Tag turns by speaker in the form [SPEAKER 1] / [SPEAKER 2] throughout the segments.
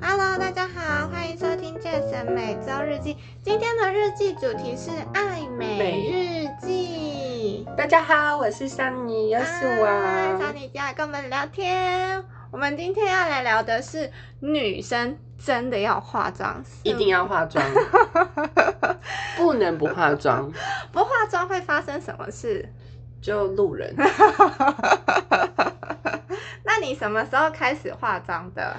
[SPEAKER 1] Hello，大家好，欢迎收听 Jason 每周日记。今天的日记主题是爱美日记。
[SPEAKER 2] 大家好，我是桑尼，又是
[SPEAKER 1] 嗨
[SPEAKER 2] 我
[SPEAKER 1] 找。你进来跟我们聊天。我们今天要来聊的是女生真的要化妆，
[SPEAKER 2] 一定
[SPEAKER 1] 要
[SPEAKER 2] 要化 妆，不能不化妆，
[SPEAKER 1] 不化妆会发生什么 事？
[SPEAKER 2] 就路人。
[SPEAKER 1] 那你什么时候开始化妆的？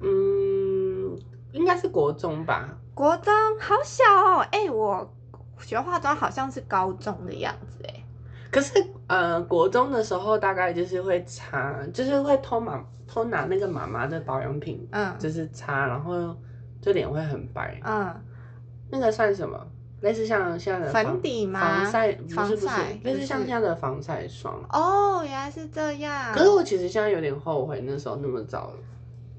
[SPEAKER 2] 嗯，应该是国中吧。
[SPEAKER 1] 国中好小哦，哎、我学化妆好像是高中的样子哎。
[SPEAKER 2] 可是，呃，国中的时候大概就是会擦，就是会偷妈偷拿那个妈妈的保养品，
[SPEAKER 1] 嗯
[SPEAKER 2] 就是擦，然后就脸会很白。
[SPEAKER 1] 嗯，
[SPEAKER 2] 那个算什么？类似像现在的
[SPEAKER 1] 粉
[SPEAKER 2] 嗯防
[SPEAKER 1] 底吗
[SPEAKER 2] 防晒不
[SPEAKER 1] 防
[SPEAKER 2] 是不
[SPEAKER 1] 晒
[SPEAKER 2] 是，类
[SPEAKER 1] 不
[SPEAKER 2] 似像
[SPEAKER 1] 是
[SPEAKER 2] 现在的防晒霜。
[SPEAKER 1] 哦，原来是这样。
[SPEAKER 2] 可是我其实现在有点后悔那时候那么早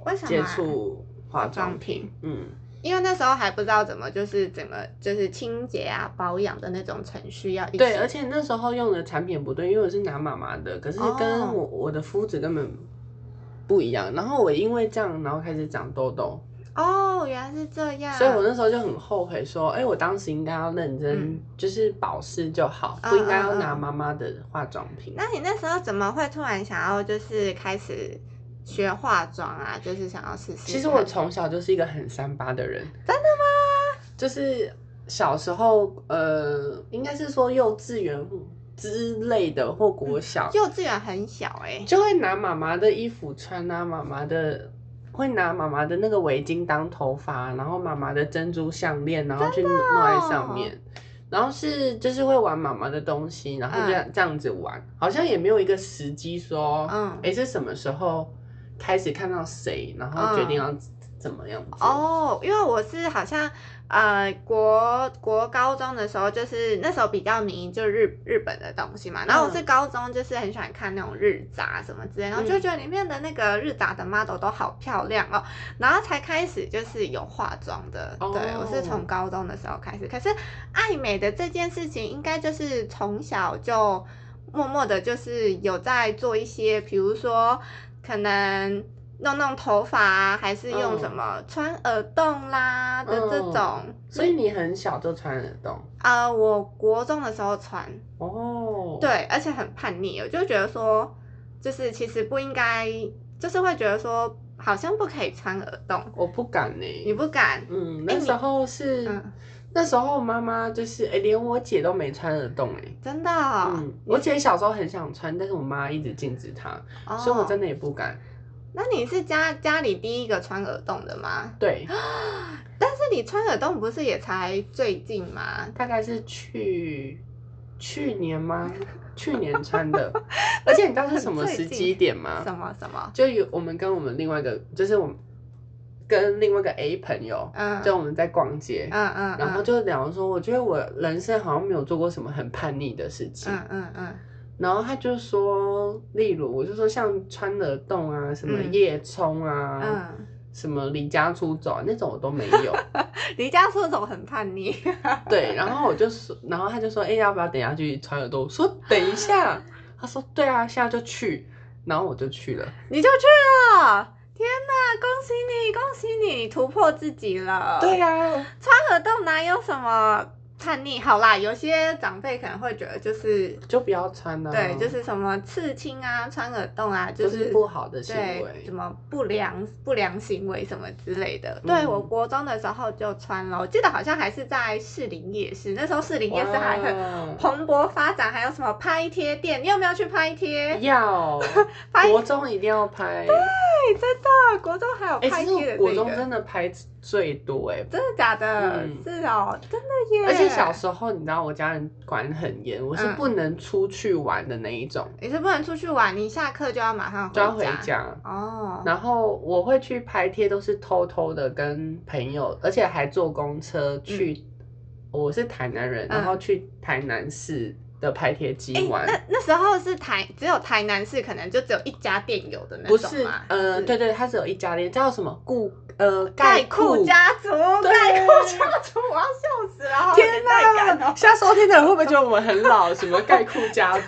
[SPEAKER 1] 为什么
[SPEAKER 2] 接
[SPEAKER 1] 啊
[SPEAKER 2] 触化妆品，
[SPEAKER 1] 品，
[SPEAKER 2] 嗯，
[SPEAKER 1] 因为那时候还不知道怎么就是整个就是清洁啊保养的那种程序要一起
[SPEAKER 2] 对，而且那时候用的产品不对，因为我是拿妈妈的，可是跟
[SPEAKER 1] 哦
[SPEAKER 2] 我、我的肤质根本不一样。然后我因为这样，然后开始长痘痘，
[SPEAKER 1] 哦，原来是这样，
[SPEAKER 2] 所以我那时候就很后悔，说，哎、我当时应该要认真，
[SPEAKER 1] 嗯
[SPEAKER 2] 就是保湿就好，
[SPEAKER 1] 嗯
[SPEAKER 2] 不应该要
[SPEAKER 1] 嗯嗯
[SPEAKER 2] 拿妈妈的化妆品。
[SPEAKER 1] 那你那时候怎么会突然想要就是开始学化妆啊？就是想要试试看。
[SPEAKER 2] 其实我从小就是一个很三八的人。真的吗？就是小时候，呃，应该是说幼稚园之类的或国小，
[SPEAKER 1] 幼稚园很小哎、
[SPEAKER 2] 就会拿妈妈的衣服穿啊，妈妈的。会拿妈妈的那个围巾当头发，然后妈妈的珍珠项链，然后去弄在上面，然后是就是会玩妈妈的东西，然后这样、这样子玩，好像也没有一个时机说，
[SPEAKER 1] 嗯
[SPEAKER 2] 诶，是什么时候开始看到谁，然后决定要怎么样做？
[SPEAKER 1] 哦，因为我是好像呃国国高中的时候，就是那时候比较迷就日日本的东西嘛，然后我是高中就是很喜欢看那种日杂什么之类，然后就
[SPEAKER 2] 嗯
[SPEAKER 1] 觉得里面的那个日杂的 model 都好漂亮哦，然后才开始就是有化妆的。对，我是从
[SPEAKER 2] 哦
[SPEAKER 1] 高中的时候开始，可是爱美的这件事情应该就是从小就默默的，就是有在做一些，比如说可能弄弄头发啊，还是用
[SPEAKER 2] 嗯
[SPEAKER 1] 什么穿耳洞啦的这
[SPEAKER 2] 嗯
[SPEAKER 1] 种。
[SPEAKER 2] 所以你很小就穿耳洞
[SPEAKER 1] 啊、我国中的时候穿，
[SPEAKER 2] 哦，，
[SPEAKER 1] 对，而且很叛逆，我就觉得说，就是其实不应该，就是会觉得说好像不可以穿耳洞，
[SPEAKER 2] 我不敢呢、
[SPEAKER 1] 你不敢，
[SPEAKER 2] 嗯，
[SPEAKER 1] 哎
[SPEAKER 2] 那
[SPEAKER 1] 你
[SPEAKER 2] 时候是、
[SPEAKER 1] 嗯，
[SPEAKER 2] 那时候妈妈就是哎、诶连我姐都没穿耳洞哎、
[SPEAKER 1] 真的哦、
[SPEAKER 2] 嗯，我姐小时候很想穿，但是我妈一直禁止她，
[SPEAKER 1] 哦，
[SPEAKER 2] 所以我真的也不敢。
[SPEAKER 1] 那你是家家里第一个穿耳洞的吗？
[SPEAKER 2] 对，
[SPEAKER 1] 但是你穿耳洞不是也才最近吗？
[SPEAKER 2] 大概是去去年吗？去年穿的，而且你知道是什么时机点吗？
[SPEAKER 1] 什么什么？
[SPEAKER 2] 就有我们跟我们另外一个，就是我们跟另外一个 A 朋友，
[SPEAKER 1] 嗯，
[SPEAKER 2] 就我们在逛街，
[SPEAKER 1] 嗯嗯，
[SPEAKER 2] 然后就聊说，我觉得我人生好像没有做过什么很叛逆的事情。
[SPEAKER 1] 嗯嗯嗯
[SPEAKER 2] 然后他就说，例如我就说像穿耳洞啊，什么
[SPEAKER 1] 嗯
[SPEAKER 2] 夜冲啊，
[SPEAKER 1] 嗯，
[SPEAKER 2] 什么离家出走啊那种我都没 有。
[SPEAKER 1] 离家出走很叛逆，
[SPEAKER 2] 对，然后我就说，然后他就说，哎、要不要等一下去穿耳朵？我说等 一下，他说对啊，现在就去，然后我就去了。
[SPEAKER 1] 你就去了。天哪，恭喜你，恭喜你，你突破自己了。
[SPEAKER 2] 对啊，
[SPEAKER 1] 穿耳洞哪有什么叛逆？好啦，有些长辈可能会觉得就是，
[SPEAKER 2] 就不要穿啊。
[SPEAKER 1] 对，就是什么刺青啊、穿耳洞啊，
[SPEAKER 2] 就
[SPEAKER 1] 就是是
[SPEAKER 2] 不好的行
[SPEAKER 1] 对，
[SPEAKER 2] 为
[SPEAKER 1] 什。么不良不良行为什么之类的。
[SPEAKER 2] 嗯
[SPEAKER 1] 对我国中的时候就穿了，我记得好像还是在士林夜市，那时候士林夜市还很
[SPEAKER 2] 哇
[SPEAKER 1] 蓬勃发展，还有什么拍贴店，你有没有去拍贴？
[SPEAKER 2] 要
[SPEAKER 1] 拍
[SPEAKER 2] 国中一定要拍，
[SPEAKER 1] 啊， 国中还有
[SPEAKER 2] 哎、
[SPEAKER 1] 拍
[SPEAKER 2] 其实
[SPEAKER 1] 贴的
[SPEAKER 2] 我国
[SPEAKER 1] 这
[SPEAKER 2] 中
[SPEAKER 1] 个，
[SPEAKER 2] 真的拍最多哎、
[SPEAKER 1] 真的假的？
[SPEAKER 2] 嗯
[SPEAKER 1] 是哦，真的耶！
[SPEAKER 2] 而且小时候你知道我家人管很严，我是
[SPEAKER 1] 嗯
[SPEAKER 2] 不能出去玩的那一种，
[SPEAKER 1] 你是不能出去玩，你下课就要马上
[SPEAKER 2] 就要
[SPEAKER 1] 回
[SPEAKER 2] 回家。
[SPEAKER 1] 哦，
[SPEAKER 2] 然后我会去拍贴，都是偷偷的跟朋友，而且还坐公车去。我是台南人，
[SPEAKER 1] 嗯
[SPEAKER 2] 然后去台南市的排铁
[SPEAKER 1] 哎、
[SPEAKER 2] 机玩。
[SPEAKER 1] 那那时候是台只有台南市，可能就只有一家店有的那
[SPEAKER 2] 不
[SPEAKER 1] 种
[SPEAKER 2] 是
[SPEAKER 1] 嘛，
[SPEAKER 2] 呃，对对，它是有一家店，叫什么顾呃
[SPEAKER 1] 盖
[SPEAKER 2] 库
[SPEAKER 1] 库家族，
[SPEAKER 2] 对
[SPEAKER 1] 盖库家族，我要笑死了，好有
[SPEAKER 2] 天
[SPEAKER 1] 年代感
[SPEAKER 2] 呐！
[SPEAKER 1] 哦！
[SPEAKER 2] 下收听的人会不会觉得我们很老？什么盖库家族，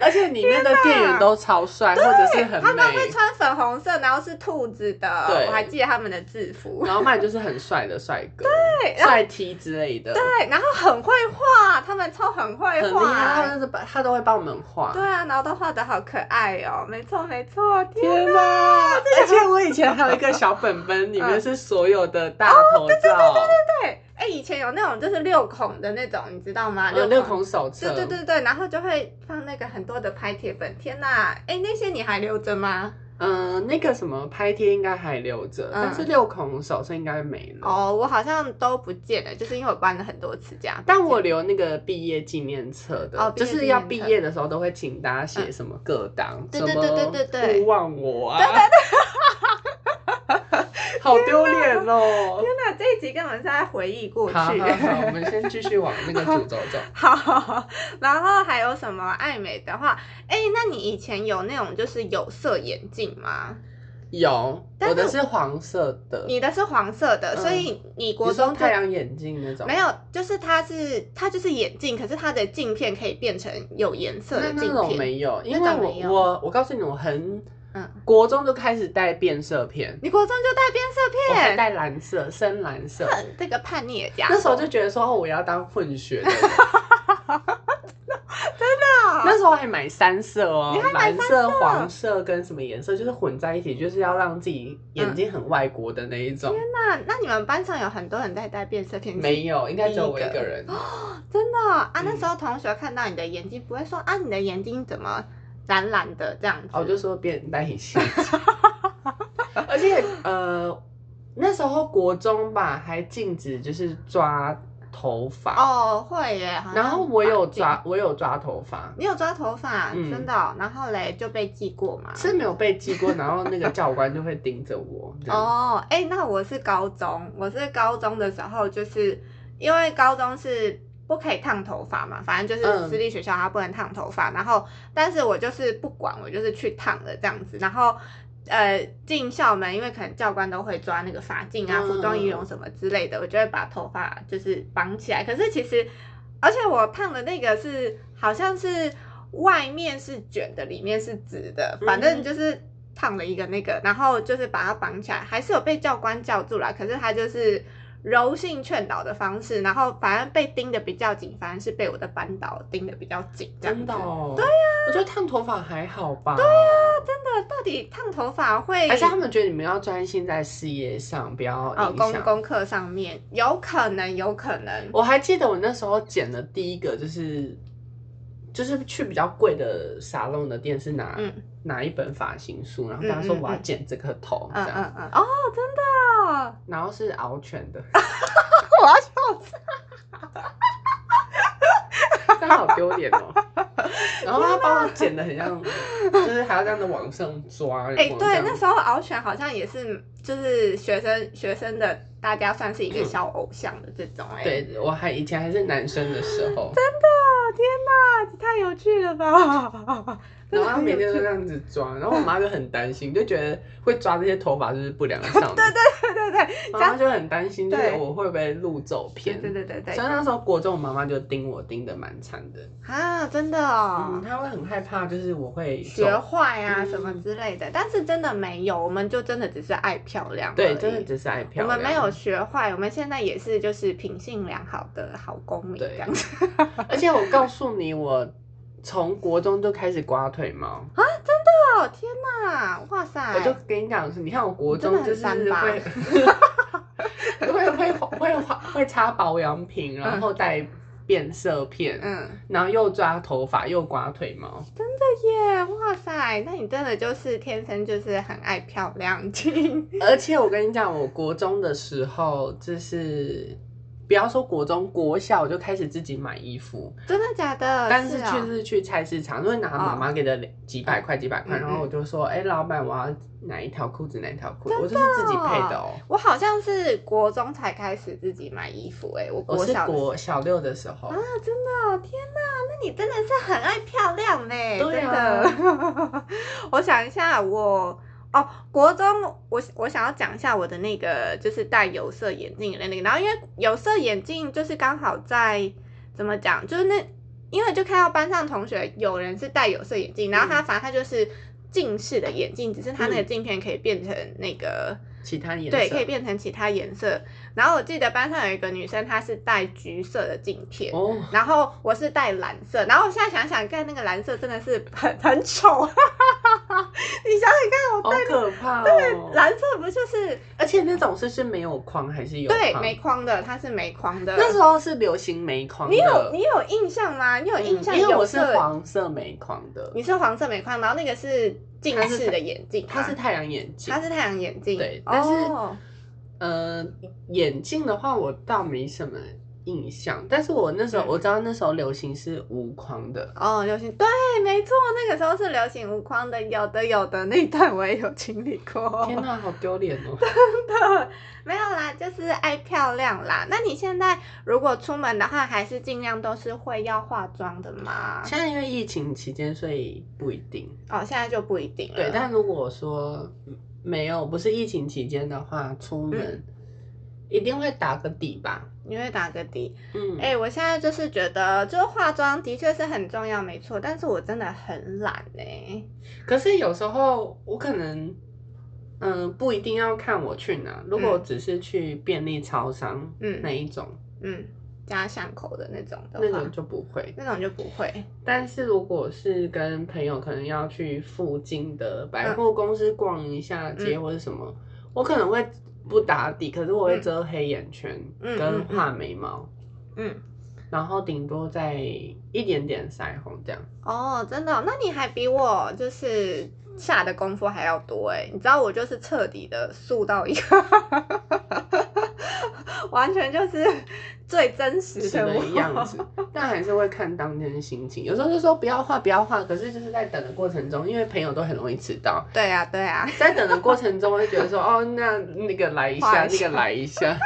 [SPEAKER 2] 而且里面的店员都超帅，或者是很
[SPEAKER 1] 他们会
[SPEAKER 2] 美，
[SPEAKER 1] 穿粉红色，然后是兔子的，
[SPEAKER 2] 对
[SPEAKER 1] 我还记得他们的制服。
[SPEAKER 2] 然后卖就是很帅的帅哥，
[SPEAKER 1] 对，然后
[SPEAKER 2] 帅 T 之类的，
[SPEAKER 1] 对，然后很会画，他们超很会
[SPEAKER 2] 很厉害。他
[SPEAKER 1] 画，
[SPEAKER 2] 就是把他都会帮我们画
[SPEAKER 1] 对。啊，然后都画的好可爱哦，没错没错，天啊
[SPEAKER 2] 天哪！而且我以前还有一个小本本，里面是所有的大头照，
[SPEAKER 1] 嗯哦对，哎，以前有那种就是六孔的那种，你知道吗？
[SPEAKER 2] 有哦六孔手册
[SPEAKER 1] 对。对对对，然后就会放那个很多的拍贴本。天哪，哎，那些你还留着吗？
[SPEAKER 2] 嗯，那个什么拍贴应该还留着，
[SPEAKER 1] 嗯
[SPEAKER 2] 但是六孔手册应该没了。
[SPEAKER 1] 哦，我好像都不见了，就是因为我搬了很多次这样。
[SPEAKER 2] 但我留那个毕业纪念册的，
[SPEAKER 1] 哦毕业
[SPEAKER 2] 就是要毕业的时候都会请大家写什么各档，
[SPEAKER 1] 对
[SPEAKER 2] 什
[SPEAKER 1] 嗯
[SPEAKER 2] 么
[SPEAKER 1] 对对对对对
[SPEAKER 2] 勿忘我啊，对对对， 好丢脸哦。
[SPEAKER 1] 天哪，这一集根本是在回忆过去。
[SPEAKER 2] 好好好，我们先继续往那个主轴走。
[SPEAKER 1] 好，然后还有什么爱美的话？哎，那你以前有那种就是有色眼镜吗？
[SPEAKER 2] 有，
[SPEAKER 1] 但是
[SPEAKER 2] 我的是黄色的，
[SPEAKER 1] 你的是黄色的，所以你国
[SPEAKER 2] 呃嗯你说
[SPEAKER 1] 中
[SPEAKER 2] 太
[SPEAKER 1] 就
[SPEAKER 2] 阳眼镜那种，
[SPEAKER 1] 没有，就是它是它就是眼镜，可是它的镜片可以变成有颜色
[SPEAKER 2] 那
[SPEAKER 1] 的
[SPEAKER 2] 那
[SPEAKER 1] 镜
[SPEAKER 2] 种
[SPEAKER 1] 片。
[SPEAKER 2] 没有，因
[SPEAKER 1] 那
[SPEAKER 2] 为
[SPEAKER 1] 种没
[SPEAKER 2] 我
[SPEAKER 1] 有
[SPEAKER 2] 我我告诉你，我很
[SPEAKER 1] 嗯，
[SPEAKER 2] 国中就开始戴变色片，
[SPEAKER 1] 你国中就戴变
[SPEAKER 2] 我
[SPEAKER 1] 色
[SPEAKER 2] 还
[SPEAKER 1] 片，
[SPEAKER 2] 戴蓝色、深蓝色，
[SPEAKER 1] 哼这个叛逆的家伙。
[SPEAKER 2] 那时候就觉得说，哦，我要当混 血的人。
[SPEAKER 1] 啊
[SPEAKER 2] 那时候还买三色哦，
[SPEAKER 1] 你还买
[SPEAKER 2] 蓝
[SPEAKER 1] 三
[SPEAKER 2] 色、黄色跟什么颜色，就是混在一起，就是要让自己
[SPEAKER 1] 嗯
[SPEAKER 2] 眼睛很外国的那一种。
[SPEAKER 1] 那那你们班上有很多人在戴变色片，
[SPEAKER 2] 没有，应该只有我一个人。
[SPEAKER 1] 真的哦、啊？那
[SPEAKER 2] 嗯
[SPEAKER 1] 时候同学看到你的眼睛，不会说啊，你的眼睛怎么蓝蓝的这样子？
[SPEAKER 2] 哦，我就说别人戴隐形眼镜，而且呃，那时候国中吧，还禁止就是抓头发，
[SPEAKER 1] 哦，会耶。好像
[SPEAKER 2] 然后我有
[SPEAKER 1] 绑定，
[SPEAKER 2] 抓，我有抓头发。
[SPEAKER 1] 你有抓头发，
[SPEAKER 2] 嗯
[SPEAKER 1] 真的哦、然后嘞就被记过嘛。
[SPEAKER 2] 是没有被记过，然后那个教官就会盯着我。这样
[SPEAKER 1] 哦，哎、那我是高中，我是高中的时候，就是因为高中是不可以烫头发嘛，反正就是
[SPEAKER 2] 嗯
[SPEAKER 1] 私立学校它不能烫头发，然后但是我就是不管，我就是去烫了这样子，然后。呃，进校门，因为可能教官都会抓那个发镜啊、
[SPEAKER 2] 嗯
[SPEAKER 1] 服装仪容什么之类的，我就会把头发就是绑起来。可是其实，而且我烫的那个是好像是外面是卷的，里面是直的，
[SPEAKER 2] 嗯
[SPEAKER 1] 反正就是烫了一个那个，然后就是把它绑起来，还是有被教官叫住啦。可是他就是柔性劝导的方式，然后反正被盯的比较紧，反正是被我的班导盯的比较紧，这样子
[SPEAKER 2] 真的、哦，对呀、我觉得烫头发还好吧。对呀、
[SPEAKER 1] 那到底烫头发会
[SPEAKER 2] 还是他们觉得你们要专心在事业上，不要
[SPEAKER 1] 哦
[SPEAKER 2] 影
[SPEAKER 1] 功
[SPEAKER 2] 响。
[SPEAKER 1] 功课上面有可能，有可能。
[SPEAKER 2] 我还记得我那时候剪的第一个就是，就是去比较贵的沙龙的店是拿、
[SPEAKER 1] 嗯
[SPEAKER 2] 拿一本发型书，然后跟他说
[SPEAKER 1] 嗯嗯嗯
[SPEAKER 2] 我要剪这个头，
[SPEAKER 1] 嗯
[SPEAKER 2] 这样，
[SPEAKER 1] 嗯嗯，哦，真的哦，
[SPEAKER 2] 然后是敖犬的，
[SPEAKER 1] 我要笑 死。
[SPEAKER 2] 这样好丢脸哦。然后他帮我剪的很像，就是还要这样的往上抓，
[SPEAKER 1] 哎、
[SPEAKER 2] 往这
[SPEAKER 1] 对，
[SPEAKER 2] 样
[SPEAKER 1] 那时候敖犬好像也是，就是学生学生的，大家算是一个小偶像的这种、哎、
[SPEAKER 2] 对我还以前还是男生的时候，
[SPEAKER 1] 啊，太有趣了吧！
[SPEAKER 2] 然后 他每天都这样子抓，然后我妈就很担心，就觉得会抓这些头发就是不良少女。对对，
[SPEAKER 1] 对对对
[SPEAKER 2] 妈妈就很担心，就是
[SPEAKER 1] 对
[SPEAKER 2] 我会不会路走偏。
[SPEAKER 1] 对对对对
[SPEAKER 2] 所以那时候国中，我妈妈就盯我盯得蛮惨的。
[SPEAKER 1] 啊，真的哦。
[SPEAKER 2] 嗯，她会很害怕，就是我会走
[SPEAKER 1] 学坏啊
[SPEAKER 2] 嗯
[SPEAKER 1] 什么之类的，但是真的没有，我们就真的只是爱漂亮而已。
[SPEAKER 2] 对，真的只是爱漂
[SPEAKER 1] 我
[SPEAKER 2] 亮。
[SPEAKER 1] 们没有，学坏，我们现在也是就是品性良好的好公民
[SPEAKER 2] 对
[SPEAKER 1] 这样子。
[SPEAKER 2] 而且我告诉你，我从国中就开始刮腿毛，
[SPEAKER 1] 哦天哪，哇塞！
[SPEAKER 2] 我就跟你讲，哎是你看我国中就是
[SPEAKER 1] 真的
[SPEAKER 2] 会
[SPEAKER 1] 很
[SPEAKER 2] 会会会会擦保养品，然后带变色片，
[SPEAKER 1] 嗯，
[SPEAKER 2] 然后又抓头发，又刮腿毛，
[SPEAKER 1] 耶，哇塞！那你真的就是天生就是很爱漂亮，亲
[SPEAKER 2] 而且我跟你讲，我国中的时候就是不要说国中、国小，我就开始自己买衣服，
[SPEAKER 1] 真的假的？
[SPEAKER 2] 但是
[SPEAKER 1] 啊
[SPEAKER 2] 去是去菜市场，就会拿妈妈给的几百块、几百块，
[SPEAKER 1] 嗯嗯
[SPEAKER 2] 然后我就说，哎、老板，我要哪一条裤子，哪一条裤子，我就是自己配的哦。
[SPEAKER 1] 我好像是国中才开始自己买衣服、欸，哎，我
[SPEAKER 2] 我
[SPEAKER 1] 国
[SPEAKER 2] 哦是
[SPEAKER 1] 小的时候
[SPEAKER 2] 国小六的时候，
[SPEAKER 1] 啊，真的哦、天哪，那你真的是很爱漂亮呢、
[SPEAKER 2] 对
[SPEAKER 1] 真
[SPEAKER 2] 啊
[SPEAKER 1] 的。 我想一下，我哦，国中我我想要讲一下我的那个就是戴有色眼镜的那个，然后因为有色眼镜就是刚好在怎么讲，就是那因为就看到班上同学有人是戴有色眼镜，然后他反正他就是。近视的眼镜，只是他那个
[SPEAKER 2] 嗯
[SPEAKER 1] 镜片可以变成那个、
[SPEAKER 2] 其他颜色
[SPEAKER 1] 对，可以变成其他颜色。然后我记得班上有一个女生，她是戴橘色的镜片，
[SPEAKER 2] 哦，
[SPEAKER 1] 然后我是戴蓝色，然后我现在想想，看那个蓝色真的是很很丑， 你想想看，
[SPEAKER 2] 好
[SPEAKER 1] 我戴那
[SPEAKER 2] 可怕哦
[SPEAKER 1] 个。蓝色不就是
[SPEAKER 2] 而且那种是是没有框还是有框？
[SPEAKER 1] 对没框的，它是没框的。
[SPEAKER 2] 那时候是流行没框的。
[SPEAKER 1] 你有你有印象吗？你有印象
[SPEAKER 2] 嗯因为
[SPEAKER 1] 有
[SPEAKER 2] 我是
[SPEAKER 1] 色？
[SPEAKER 2] 黄色没框的，
[SPEAKER 1] 你是黄色没框，然后那个是近
[SPEAKER 2] 它是
[SPEAKER 1] 视的眼镜吗，
[SPEAKER 2] 它是太阳眼镜。
[SPEAKER 1] 啊它是太阳眼镜，
[SPEAKER 2] 对但是
[SPEAKER 1] 哦
[SPEAKER 2] 呃，眼镜的话我倒没什么印象，但是我那时候、
[SPEAKER 1] 嗯
[SPEAKER 2] 我知道那时候流行是无框的。
[SPEAKER 1] 哦，流行对，没错，那个时候是流行无框的，有的有的那一段我也有经历过。
[SPEAKER 2] 天哪、好丢脸哦！
[SPEAKER 1] 没有啦，就是爱漂亮啦。那你现在如果出门的话，还是尽量都是会要化妆的吗？
[SPEAKER 2] 现在因为疫情期间，所以不一定。
[SPEAKER 1] 哦，现在就不一定了。
[SPEAKER 2] 对，但如果说没有不是疫情期间的话，出
[SPEAKER 1] 嗯
[SPEAKER 2] 门、一定会打个底吧。
[SPEAKER 1] 你会打个底。
[SPEAKER 2] 嗯，
[SPEAKER 1] 哎、我现在就是觉得，就是化妆的确是很重要，没错。但是我真的很懒哎、
[SPEAKER 2] 可是有时候我可能，嗯、不一定要看我去哪。如果
[SPEAKER 1] 嗯
[SPEAKER 2] 只是去便利超商，
[SPEAKER 1] 嗯
[SPEAKER 2] 那一种，
[SPEAKER 1] 嗯，家巷口的那种的
[SPEAKER 2] 那
[SPEAKER 1] 话
[SPEAKER 2] 种，就不会。
[SPEAKER 1] 那种就不会。
[SPEAKER 2] 但是如果是跟朋友，可能要去附近的百货公司逛一下街
[SPEAKER 1] 嗯
[SPEAKER 2] 或者什么，我可能会不打底，可是我会
[SPEAKER 1] 嗯
[SPEAKER 2] 遮黑眼圈
[SPEAKER 1] 嗯
[SPEAKER 2] 跟
[SPEAKER 1] 嗯嗯
[SPEAKER 2] 画眉毛，
[SPEAKER 1] 嗯，
[SPEAKER 2] 然后顶多再一点点腮红这样。
[SPEAKER 1] 哦，真的哦、那你还比我就是下的功夫还要多哎！你知道我就是彻底的塑到一个，完全就是最真实
[SPEAKER 2] 是
[SPEAKER 1] 的
[SPEAKER 2] 的
[SPEAKER 1] 我
[SPEAKER 2] 样子。，但还是会看当天的心情。有时候就说不要画，不要画，可是就是在等的过程中，因为朋友都很容易迟到，
[SPEAKER 1] 对呀、啊，对呀、啊，
[SPEAKER 2] 在等的过程中会觉得说，哦，那那个来一
[SPEAKER 1] 画
[SPEAKER 2] 下，
[SPEAKER 1] 一
[SPEAKER 2] 那
[SPEAKER 1] 下
[SPEAKER 2] 个来 一下，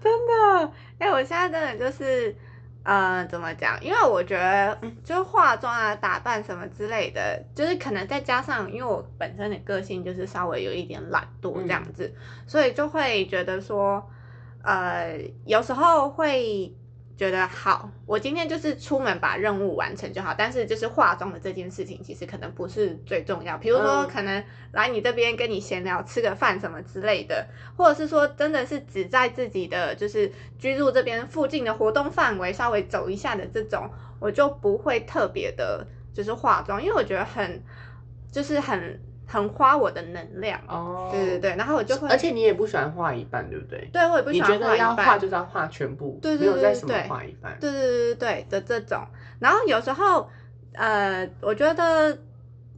[SPEAKER 1] 真的哎！我现在真的就是。呃，怎么讲？因为我觉得，嗯就是化妆啊、打扮什么之类的，就是可能再加上，因为我本身的个性就是稍微有一点懒惰这样子，所以就会觉得说，呃，有时候会觉得好，我今天就是出门把任务完成就好，但是就是化妆的这件事情，其实可能不是最重要。比如说，
[SPEAKER 2] 嗯
[SPEAKER 1] 可能来你这边跟你闲聊、吃个饭什么之类的，或者是说真的是只在自己的就是居住这边附近的活动范围稍微走一下的这种，我就不会特别的，就是化妆，因为我觉得很，就是很很花我的能量。
[SPEAKER 2] 哦，
[SPEAKER 1] 对对对，然后我就会，
[SPEAKER 2] 而且你也不喜欢画一半，对不对？
[SPEAKER 1] 对我也不
[SPEAKER 2] 你
[SPEAKER 1] 喜
[SPEAKER 2] 觉
[SPEAKER 1] 欢
[SPEAKER 2] 得
[SPEAKER 1] 画
[SPEAKER 2] 要
[SPEAKER 1] 一
[SPEAKER 2] 画
[SPEAKER 1] 半，
[SPEAKER 2] 就是要画全部，
[SPEAKER 1] 对对
[SPEAKER 2] 没有
[SPEAKER 1] 对
[SPEAKER 2] 在
[SPEAKER 1] 对
[SPEAKER 2] 什么
[SPEAKER 1] 对
[SPEAKER 2] 画一半。
[SPEAKER 1] 对对对对对的这种。然后有时候，呃，我觉得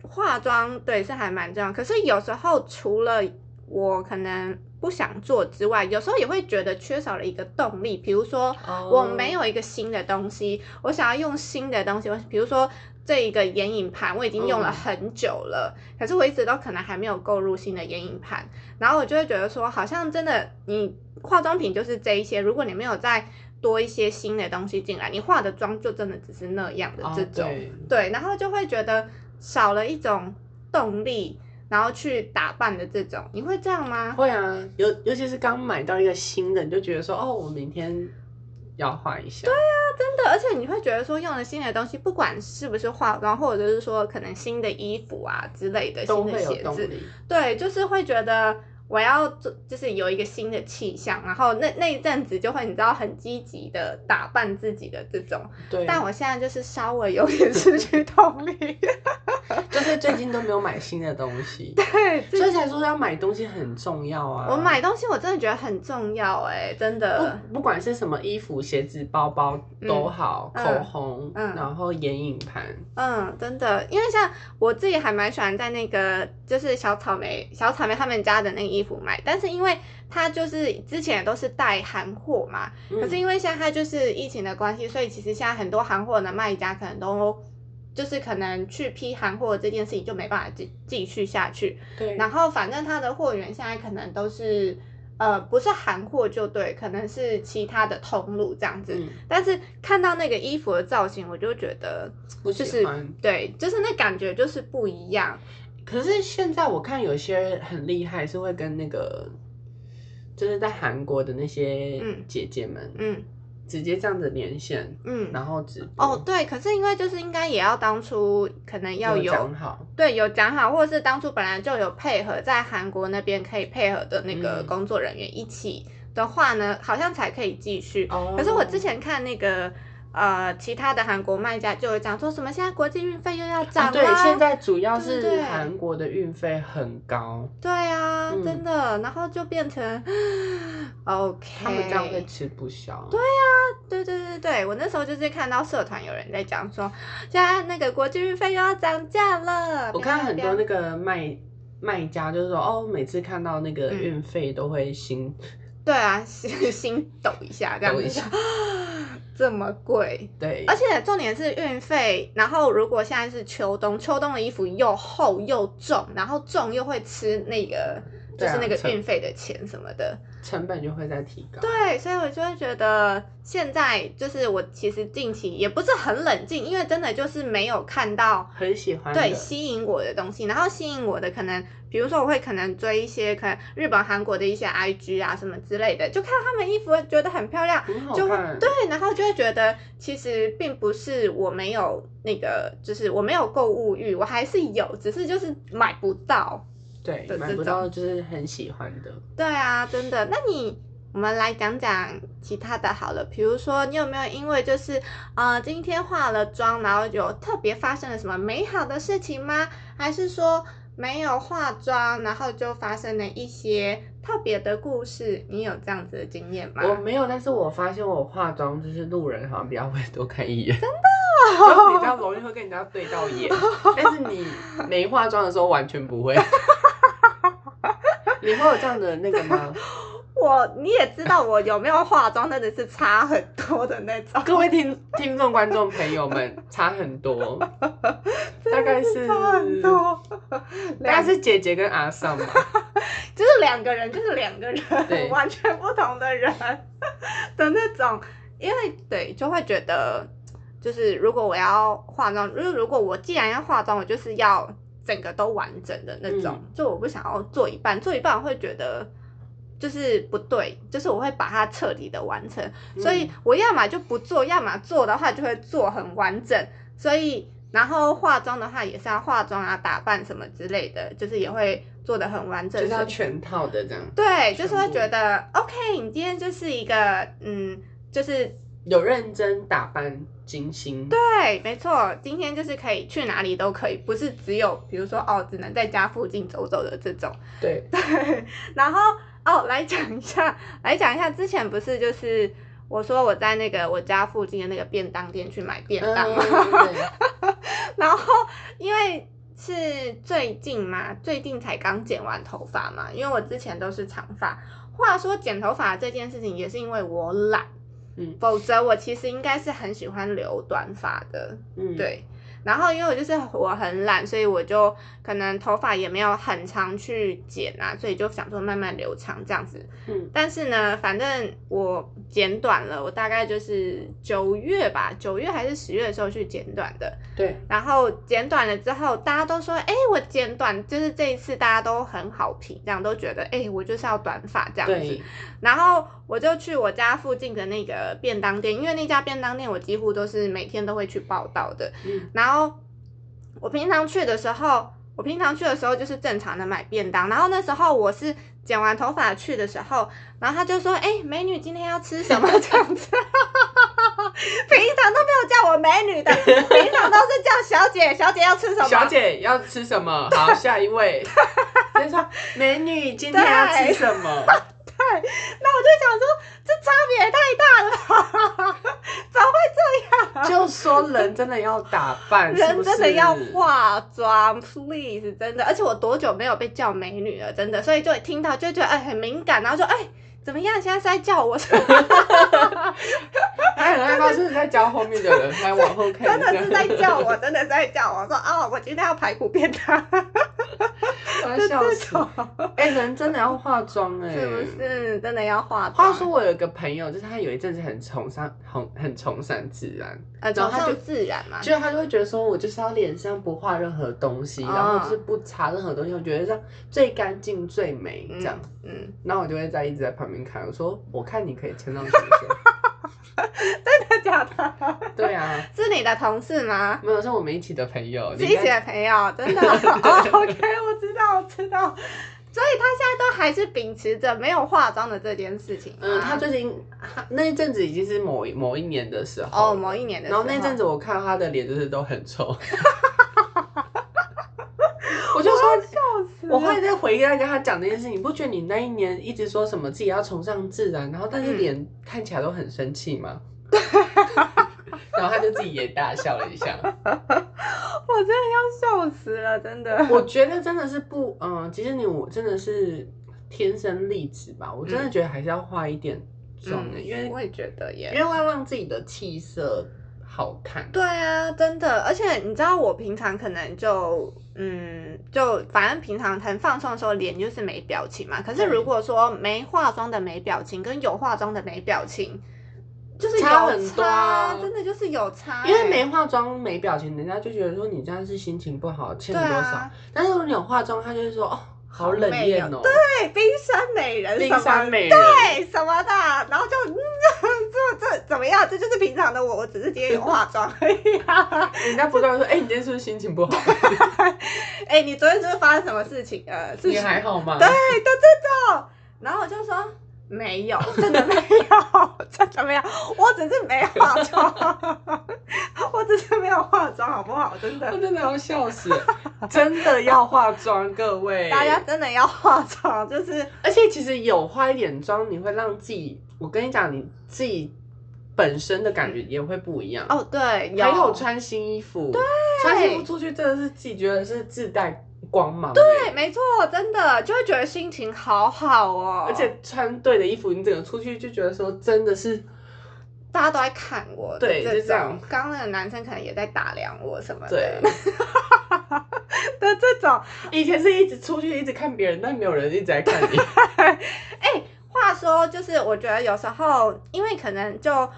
[SPEAKER 1] 化妆对是还蛮重要，可是有时候除了我可能不想做之外，有时候也会觉得缺少了一个动力，比如说。
[SPEAKER 2] 哦
[SPEAKER 1] 我没有一个新的东西，我想要用新的东西。我比如说这一个眼影盘，我已经用了
[SPEAKER 2] 嗯
[SPEAKER 1] 很久了，可是我一直都可能还没有购入新的眼影盘。然后我就会觉得说，好像真的你化妆品就是这一些，如果你没有再多一些新的东西进来，你化的妆就真的只是那样的
[SPEAKER 2] 哦
[SPEAKER 1] 这种。
[SPEAKER 2] 对
[SPEAKER 1] 对，然后就会觉得少了一种动力。然后去打扮的这种，你会这样吗？
[SPEAKER 2] 会啊，尤尤其是刚买到一个新的，你就觉得说，哦，我明天要画一下。对
[SPEAKER 1] 真的，而且你会觉得说用了新的东西，不管是不是化妆，或者是说可能新的衣服啊之类的，
[SPEAKER 2] 都
[SPEAKER 1] 新的
[SPEAKER 2] 会有
[SPEAKER 1] 鞋
[SPEAKER 2] 动
[SPEAKER 1] 子，
[SPEAKER 2] 力。
[SPEAKER 1] 对，就是会觉得我要做，就是有一个新的气象，然后那那一阵子就会你知道很积极的打扮自己的这种，
[SPEAKER 2] 对，
[SPEAKER 1] 但我现在就是稍微有点失去 动力，
[SPEAKER 2] 就是最近都没有买新的东西，
[SPEAKER 1] 对，就
[SPEAKER 2] 所以才说要买东西很重要啊。
[SPEAKER 1] 我买东西我真的觉得很重要哎、真的，
[SPEAKER 2] 不不管是什么衣服、鞋子、包包都好，
[SPEAKER 1] 嗯
[SPEAKER 2] 口红，
[SPEAKER 1] 嗯
[SPEAKER 2] 然后眼影盘，
[SPEAKER 1] 嗯，真的，因为像我自己还蛮喜欢在那个就是小草莓小草莓他们家的那个衣服买，但是因为他就是之前也都是带韩货嘛，可
[SPEAKER 2] 嗯
[SPEAKER 1] 是因为现在它就是疫情的关系，所以其实现在很多韩货的卖家可能都就是可能去批韩货这件事情就没办法继继续下去。
[SPEAKER 2] 对，
[SPEAKER 1] 然后反正它的货源现在可能都是呃不是韩货就对，可能是其他的通路这样子。
[SPEAKER 2] 嗯，
[SPEAKER 1] 但是看到那个衣服的造型，我就觉得
[SPEAKER 2] 不
[SPEAKER 1] 就
[SPEAKER 2] 喜
[SPEAKER 1] 是
[SPEAKER 2] 欢。
[SPEAKER 1] 对，就是那感觉就是不一样。
[SPEAKER 2] 可是现在我看有些很厉害，是会跟那个就是在韩国的那些
[SPEAKER 1] 嗯
[SPEAKER 2] 姐姐们、
[SPEAKER 1] 嗯
[SPEAKER 2] 直接这样子连线，
[SPEAKER 1] 嗯。
[SPEAKER 2] 然后直播
[SPEAKER 1] 哦，对，可是因为就是应该也要当初可能要有
[SPEAKER 2] 讲好，
[SPEAKER 1] 对有讲好，或者是当初本来就有配合在韩国那边可以配合的那个
[SPEAKER 2] 嗯
[SPEAKER 1] 工作人员一起的话呢，好像才可以继续。
[SPEAKER 2] 哦
[SPEAKER 1] 可是我之前看那个呃其他的韩国卖家就有讲说什么现在国际运费又要涨
[SPEAKER 2] 啊，
[SPEAKER 1] 啦、
[SPEAKER 2] 对，现在主要
[SPEAKER 1] 对对
[SPEAKER 2] 是
[SPEAKER 1] 对
[SPEAKER 2] 韩国的运费很高，
[SPEAKER 1] 对啊，
[SPEAKER 2] 嗯
[SPEAKER 1] 真的，然后就变成 OK，
[SPEAKER 2] 他们这样会吃不消。啊对，
[SPEAKER 1] 对对对对，我那时候就是看到社团有人在讲说，现在那个国际运费又要涨价了。
[SPEAKER 2] 我看很多那
[SPEAKER 1] 个
[SPEAKER 2] 个卖卖家就是说，哦，每次看到那个
[SPEAKER 1] 嗯
[SPEAKER 2] 运费都会心
[SPEAKER 1] 对啊，心心抖一下这样
[SPEAKER 2] 抖
[SPEAKER 1] 子，
[SPEAKER 2] 一下
[SPEAKER 1] 这么贵，
[SPEAKER 2] 对，
[SPEAKER 1] 而且重点是运费，然后如果现在是秋冬，秋冬的衣服又厚又重，然后重又会吃那个。就
[SPEAKER 2] 对啊
[SPEAKER 1] 是那个
[SPEAKER 2] 成
[SPEAKER 1] 运费的钱什么的，
[SPEAKER 2] 成本就会在提高。
[SPEAKER 1] 对，所以我就会觉得现在就是我其实近期也不是很冷静，因为真的就是没有看到
[SPEAKER 2] 很喜欢的
[SPEAKER 1] 对吸引我的东西，然后吸引我的可能，比如说我会可能追一些可能日本、韩国的一些 IG 啊什么之类的，就看他们衣服觉得很漂亮，
[SPEAKER 2] 很好
[SPEAKER 1] 就会
[SPEAKER 2] 看，
[SPEAKER 1] 对，然后就会觉得其实并不是我没有那个，就是我没有购物欲，我还是有，只是就是买不到。
[SPEAKER 2] 对
[SPEAKER 1] 的
[SPEAKER 2] 买
[SPEAKER 1] 这
[SPEAKER 2] 不
[SPEAKER 1] 种
[SPEAKER 2] 到就是很喜欢的。
[SPEAKER 1] 对啊，真的。那你我们来讲讲其他的好了，比如说你有没有因为就是呃今天化了妆，然后有特别发生了什么美好的事情吗？还是说没有化妆，然后就发生了一些特别的故事？你有这样子的经验吗？
[SPEAKER 2] 我没有，但是我发现我化妆就是路人好像比较会多看一眼，真的、然后比较容易会跟人家对到 眼。但是你没化妆的时候完全不会。你会有这样的那个吗？
[SPEAKER 1] 我你也知道我有没有化妆，真的是差很多的那 种，
[SPEAKER 2] 各位听听众、观众朋友们，差 很多，大概是
[SPEAKER 1] 差很多，
[SPEAKER 2] 大概
[SPEAKER 1] 但是
[SPEAKER 2] 是姐姐跟阿尚吧。
[SPEAKER 1] 就是两个人，就是两个
[SPEAKER 2] 对
[SPEAKER 1] 人， 完全不同的人的那种，因为对就会觉得，就是如果我要化妆，就是如果我既然要化妆，我就是要整个都完整的那种，
[SPEAKER 2] 嗯
[SPEAKER 1] 就我不想要做一半，做一半我会觉得。就是不对，就是我会把它彻底的完成，
[SPEAKER 2] 嗯
[SPEAKER 1] 所以我要么就不做，要么做的话就会做很完整。所以，然后化妆的话也是要化妆啊、打扮什么之类的，就是也会做的很完
[SPEAKER 2] 就
[SPEAKER 1] 整。
[SPEAKER 2] 是要
[SPEAKER 1] 所以
[SPEAKER 2] 全套的这样，
[SPEAKER 1] 对，就是
[SPEAKER 2] 全
[SPEAKER 1] 会
[SPEAKER 2] 部
[SPEAKER 1] 觉得 OK，你今天就是一个嗯，就是
[SPEAKER 2] 有认真打扮、精心。对，
[SPEAKER 1] 对，没错，今天就是可以去哪里都可以，不是只有比如说哦，只能在家附近走走的这种。然后哦，来讲一下，来讲一下，之前不是就是我说我在那个我家附近的那个便当店去买便当
[SPEAKER 2] 嗯
[SPEAKER 1] 吗？
[SPEAKER 2] 对
[SPEAKER 1] 然后因为是最近嘛，最近才刚剪完头发嘛，因为我之前都是长发。话说剪头发这件事情也是因为我懒，
[SPEAKER 2] 嗯
[SPEAKER 1] 否则我其实应该是很喜欢留短发的，
[SPEAKER 2] 嗯，
[SPEAKER 1] 对。然后因为我就是我很懒，所以我就可能头发也没有很长去剪啊，所以就想说慢慢留长这样子。
[SPEAKER 2] 嗯
[SPEAKER 1] 但是呢，反正我剪短了，我大概就是九月吧，九月还是十月的时候去剪短的。
[SPEAKER 2] 对，
[SPEAKER 1] 然后剪短了之后，大家都说，哎，我剪短，就是这一次大家都很好评，这样都觉得，哎，我就是要短发这样子
[SPEAKER 2] 对。，
[SPEAKER 1] 然后我就去我家附近的那个便当店，因为那家便当店我几乎都是每天都会去报道的。
[SPEAKER 2] 嗯
[SPEAKER 1] 然后我平常去的时候，我平常去的时候就是正常的买便当。然后那时候我是剪完头发去的时候，然后他就说：“哎、美女今天要吃什么？”这样 子。平常都没有叫我美女的，平常都是叫小姐，小姐要吃什么？
[SPEAKER 2] 小姐要吃什么？ 好，下一位。先说美女今天要吃什么？
[SPEAKER 1] 那我就想说，这差别也太大了吧？怎么会这样？
[SPEAKER 2] 就说人真的要打扮，是
[SPEAKER 1] 人
[SPEAKER 2] 不
[SPEAKER 1] 真的要
[SPEAKER 2] 是
[SPEAKER 1] 化妆，please，真的。而且我多久没有被叫美女了，真的，所以就听到就觉得哎很敏感，然后就哎怎么样？现在是在叫我什么？
[SPEAKER 2] 他哎很害怕，是不是在教后面的人，来往后
[SPEAKER 1] 真
[SPEAKER 2] 看一下。
[SPEAKER 1] 的是在叫我，真的是在叫我说哦，我今天要排骨便当，
[SPEAKER 2] 我要
[SPEAKER 1] 就
[SPEAKER 2] 笑
[SPEAKER 1] 这
[SPEAKER 2] 死！
[SPEAKER 1] 种
[SPEAKER 2] 哎、人真的要化 妆哎、
[SPEAKER 1] 是不是真的要化妆？
[SPEAKER 2] 话说，我有一个朋友，就是他有一阵子很崇尚、很很崇尚自然，
[SPEAKER 1] 呃，
[SPEAKER 2] 然
[SPEAKER 1] 走
[SPEAKER 2] 后他就
[SPEAKER 1] 上自然嘛，
[SPEAKER 2] 就是他就会觉得说，我就是要脸上不画任何东西，
[SPEAKER 1] 哦
[SPEAKER 2] 然后就是不擦任何东西，我觉得这样最干净、最美这样。
[SPEAKER 1] 嗯，
[SPEAKER 2] 然后我就会在一直在旁边看，我说我看你可以撑到什么时 候？
[SPEAKER 1] 真的假的？
[SPEAKER 2] 对啊，
[SPEAKER 1] 是你的同事吗？
[SPEAKER 2] 没有是我们一起的朋友，
[SPEAKER 1] 是
[SPEAKER 2] 你
[SPEAKER 1] 一
[SPEAKER 2] 应
[SPEAKER 1] 起
[SPEAKER 2] 该
[SPEAKER 1] 的朋友，真 的。哦、OK，我知道，我知道。所以他现在都还是秉持着没有化妆的这件事情吗。
[SPEAKER 2] 嗯，他最近他那一阵子已经是某一某一年的时候
[SPEAKER 1] 哦，某一年的时
[SPEAKER 2] 然
[SPEAKER 1] 候，
[SPEAKER 2] 后那阵
[SPEAKER 1] 子
[SPEAKER 2] 子我看到他的脸就是都 很臭，我就说，我后来在回来跟他讲这件事，你不觉得你那一年一直说什么自己要崇尚自然，然后但是
[SPEAKER 1] 嗯
[SPEAKER 2] 脸看起来都很生气吗？ 然后他就自己也大笑了一下。
[SPEAKER 1] 我真的要笑死了，真的。
[SPEAKER 2] 我觉得真的是不，嗯，其实你我真的是天生丽质吧，我真的觉得还是要化一点妆的，
[SPEAKER 1] 嗯
[SPEAKER 2] 因为
[SPEAKER 1] 我也觉得耶
[SPEAKER 2] 因。为要让自己的气色好看。
[SPEAKER 1] 对啊，真的，而且你知道我平常可能就嗯，就反正平常很放松的时候，脸就是没表情嘛。可是
[SPEAKER 2] 对
[SPEAKER 1] 如果说没化妆的没表情，跟有化妆的没表情，就是有
[SPEAKER 2] 差很多啊
[SPEAKER 1] 差真的就是有差欸、
[SPEAKER 2] 因为没化妆、没表情，人家就觉得说你这样是心情不好，欠
[SPEAKER 1] 对
[SPEAKER 2] 了多少。
[SPEAKER 1] 啊，
[SPEAKER 2] 但是如果你有化妆，他就会说哦，好
[SPEAKER 1] 好
[SPEAKER 2] 冷
[SPEAKER 1] 美
[SPEAKER 2] 艳
[SPEAKER 1] 哦
[SPEAKER 2] 哦，
[SPEAKER 1] 对，冰山美人什
[SPEAKER 2] 冰
[SPEAKER 1] 么
[SPEAKER 2] 山美人。
[SPEAKER 1] 对什么的，然后就嗯，这这怎么样？这就是平常的我，我只是今天有化妆而已、啊。
[SPEAKER 2] 人家不断地说，哎、你今天是不是心情不好？
[SPEAKER 1] 哎、你昨天是不是发生什么事情？呃，事
[SPEAKER 2] 你
[SPEAKER 1] 情
[SPEAKER 2] 还好吗？
[SPEAKER 1] 对，就这种。然后我就说没有，真的没有， 真的没有，我只是没化妆， 我只是没有化妆，好不好？真
[SPEAKER 2] 我
[SPEAKER 1] 的，
[SPEAKER 2] 真的要笑死， 真的要化妆，各位。
[SPEAKER 1] 大家，真的要化妆，就是
[SPEAKER 2] 而且其实有化一点妆，你会让自己，我跟你讲，你自己本身的感觉也会不一样。
[SPEAKER 1] 哦，对，
[SPEAKER 2] 还有穿新衣服，对，穿新衣服出去真的是自己觉得是自带光芒、
[SPEAKER 1] 对，
[SPEAKER 2] 对，
[SPEAKER 1] 没错，真的就会觉得心情好好哦，
[SPEAKER 2] 而且穿对的衣服，你整个出去就觉得说真的是
[SPEAKER 1] 大家都在看我，
[SPEAKER 2] 对
[SPEAKER 1] 这
[SPEAKER 2] 就这样
[SPEAKER 1] 种。刚刚那个男生可能也在打量我什么
[SPEAKER 2] 对
[SPEAKER 1] 的，。 的这种。
[SPEAKER 2] 以前是一直出去一直看别人，但没有人一直在看你。
[SPEAKER 1] 话说，就是我觉得有时候，因为可能就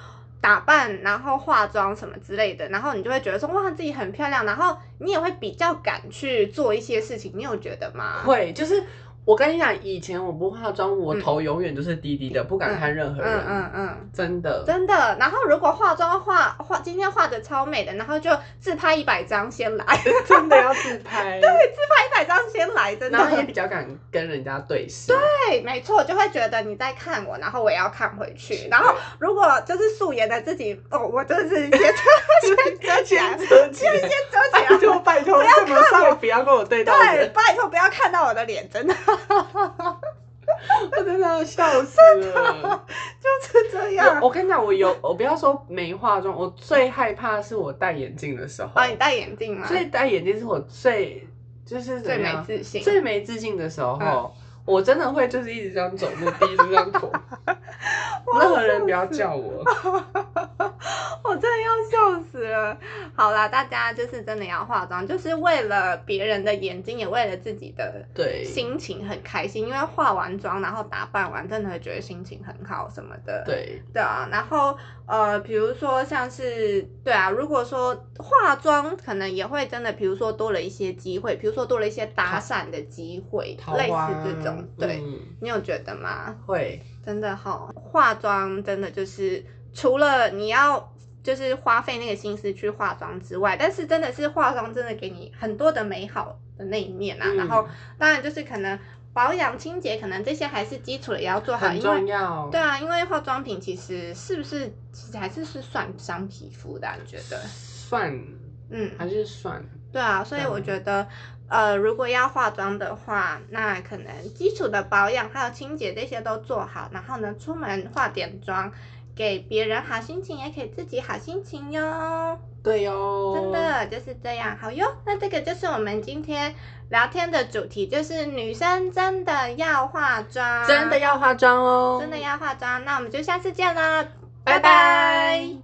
[SPEAKER 1] 打扮，然后化妆什么之类的，然后你就会觉得说，哇，自己很漂亮，然后你也会比较敢去做一些事情，你有觉得吗？
[SPEAKER 2] 会，就是我跟你讲，以前我不化妆，我头永远都是低低的，不敢看任何
[SPEAKER 1] 嗯
[SPEAKER 2] 人。
[SPEAKER 1] 嗯嗯，
[SPEAKER 2] 真的，
[SPEAKER 1] 真的。然后如果化妆化化，今天化的超美的，然后就自拍一百张先来， 自
[SPEAKER 2] 真的要自 拍，
[SPEAKER 1] 拍一百张先来，真
[SPEAKER 2] 然后也
[SPEAKER 1] 的
[SPEAKER 2] 比。较敢跟人家对视。
[SPEAKER 1] 对，没错，就会觉得你在看我，然后我也要看回去。然后如果就是素颜的自己，哦，我真的是 先先遮起来，
[SPEAKER 2] 先遮起来
[SPEAKER 1] 先遮起来
[SPEAKER 2] 拜，托拜托，这么上不要跟我对到
[SPEAKER 1] 对，
[SPEAKER 2] 眼，
[SPEAKER 1] 拜托不要看到我的脸， 真的
[SPEAKER 2] 我真的要笑死了。
[SPEAKER 1] 就是这样。
[SPEAKER 2] 我跟你讲，我有，我不要说没化妆，我最害怕是我戴眼镜的时候。
[SPEAKER 1] 哦，你戴眼镜吗？
[SPEAKER 2] 所以戴眼镜是我最就是怎
[SPEAKER 1] 最
[SPEAKER 2] 么
[SPEAKER 1] 没
[SPEAKER 2] 样
[SPEAKER 1] 自信。
[SPEAKER 2] 最没自信的时候，
[SPEAKER 1] 嗯
[SPEAKER 2] 我真的会就是一直这样走路，第一直这 样驼，任何人不要叫我。
[SPEAKER 1] 我真的要笑死了。好啦，大家就是真的要化妆，就是为了别人的眼睛，也为了自己的
[SPEAKER 2] 对，
[SPEAKER 1] 心情很开心。因为化完妆，然后打扮完，真的会觉得心情很好什么的。
[SPEAKER 2] 对，
[SPEAKER 1] 对啊，然后呃，比如说像是对啊，如果说化妆，可能也会真的，比如说多了一些机会，比如说多了一些搭讪的机会
[SPEAKER 2] 桃，
[SPEAKER 1] 类
[SPEAKER 2] 花
[SPEAKER 1] 似这种。对，
[SPEAKER 2] 嗯
[SPEAKER 1] 你有觉得吗？
[SPEAKER 2] 会，
[SPEAKER 1] 真的哈、化妆真的就是除了你要就是花费那个心思去化妆之外，但是真的是化妆真的给你很多的美好的那一面啊。
[SPEAKER 2] 嗯
[SPEAKER 1] 然后当然就是可能保养、清洁，可能这些还是基础的，也要做好，
[SPEAKER 2] 很
[SPEAKER 1] 因为
[SPEAKER 2] 重要。
[SPEAKER 1] 对，啊，因为化妆品其实是不是其实还是是算伤皮肤的啊、你觉得？
[SPEAKER 2] 算
[SPEAKER 1] 嗯，
[SPEAKER 2] 还是算，
[SPEAKER 1] 对啊，所以我
[SPEAKER 2] 对
[SPEAKER 1] 觉得，呃，如果要化妆的话，那可能基础的保养还有清洁这些都做好，然后呢，出门化点妆，给别人好心情，也给自己好心情哟。
[SPEAKER 2] 对哦，
[SPEAKER 1] 真的就是这样，好哟。那这个就是我们今天聊天的主题，就是女生真的要化妆，
[SPEAKER 2] 真的要化妆哦，
[SPEAKER 1] 真的要化妆。那我们就下次见喽，
[SPEAKER 2] 拜拜。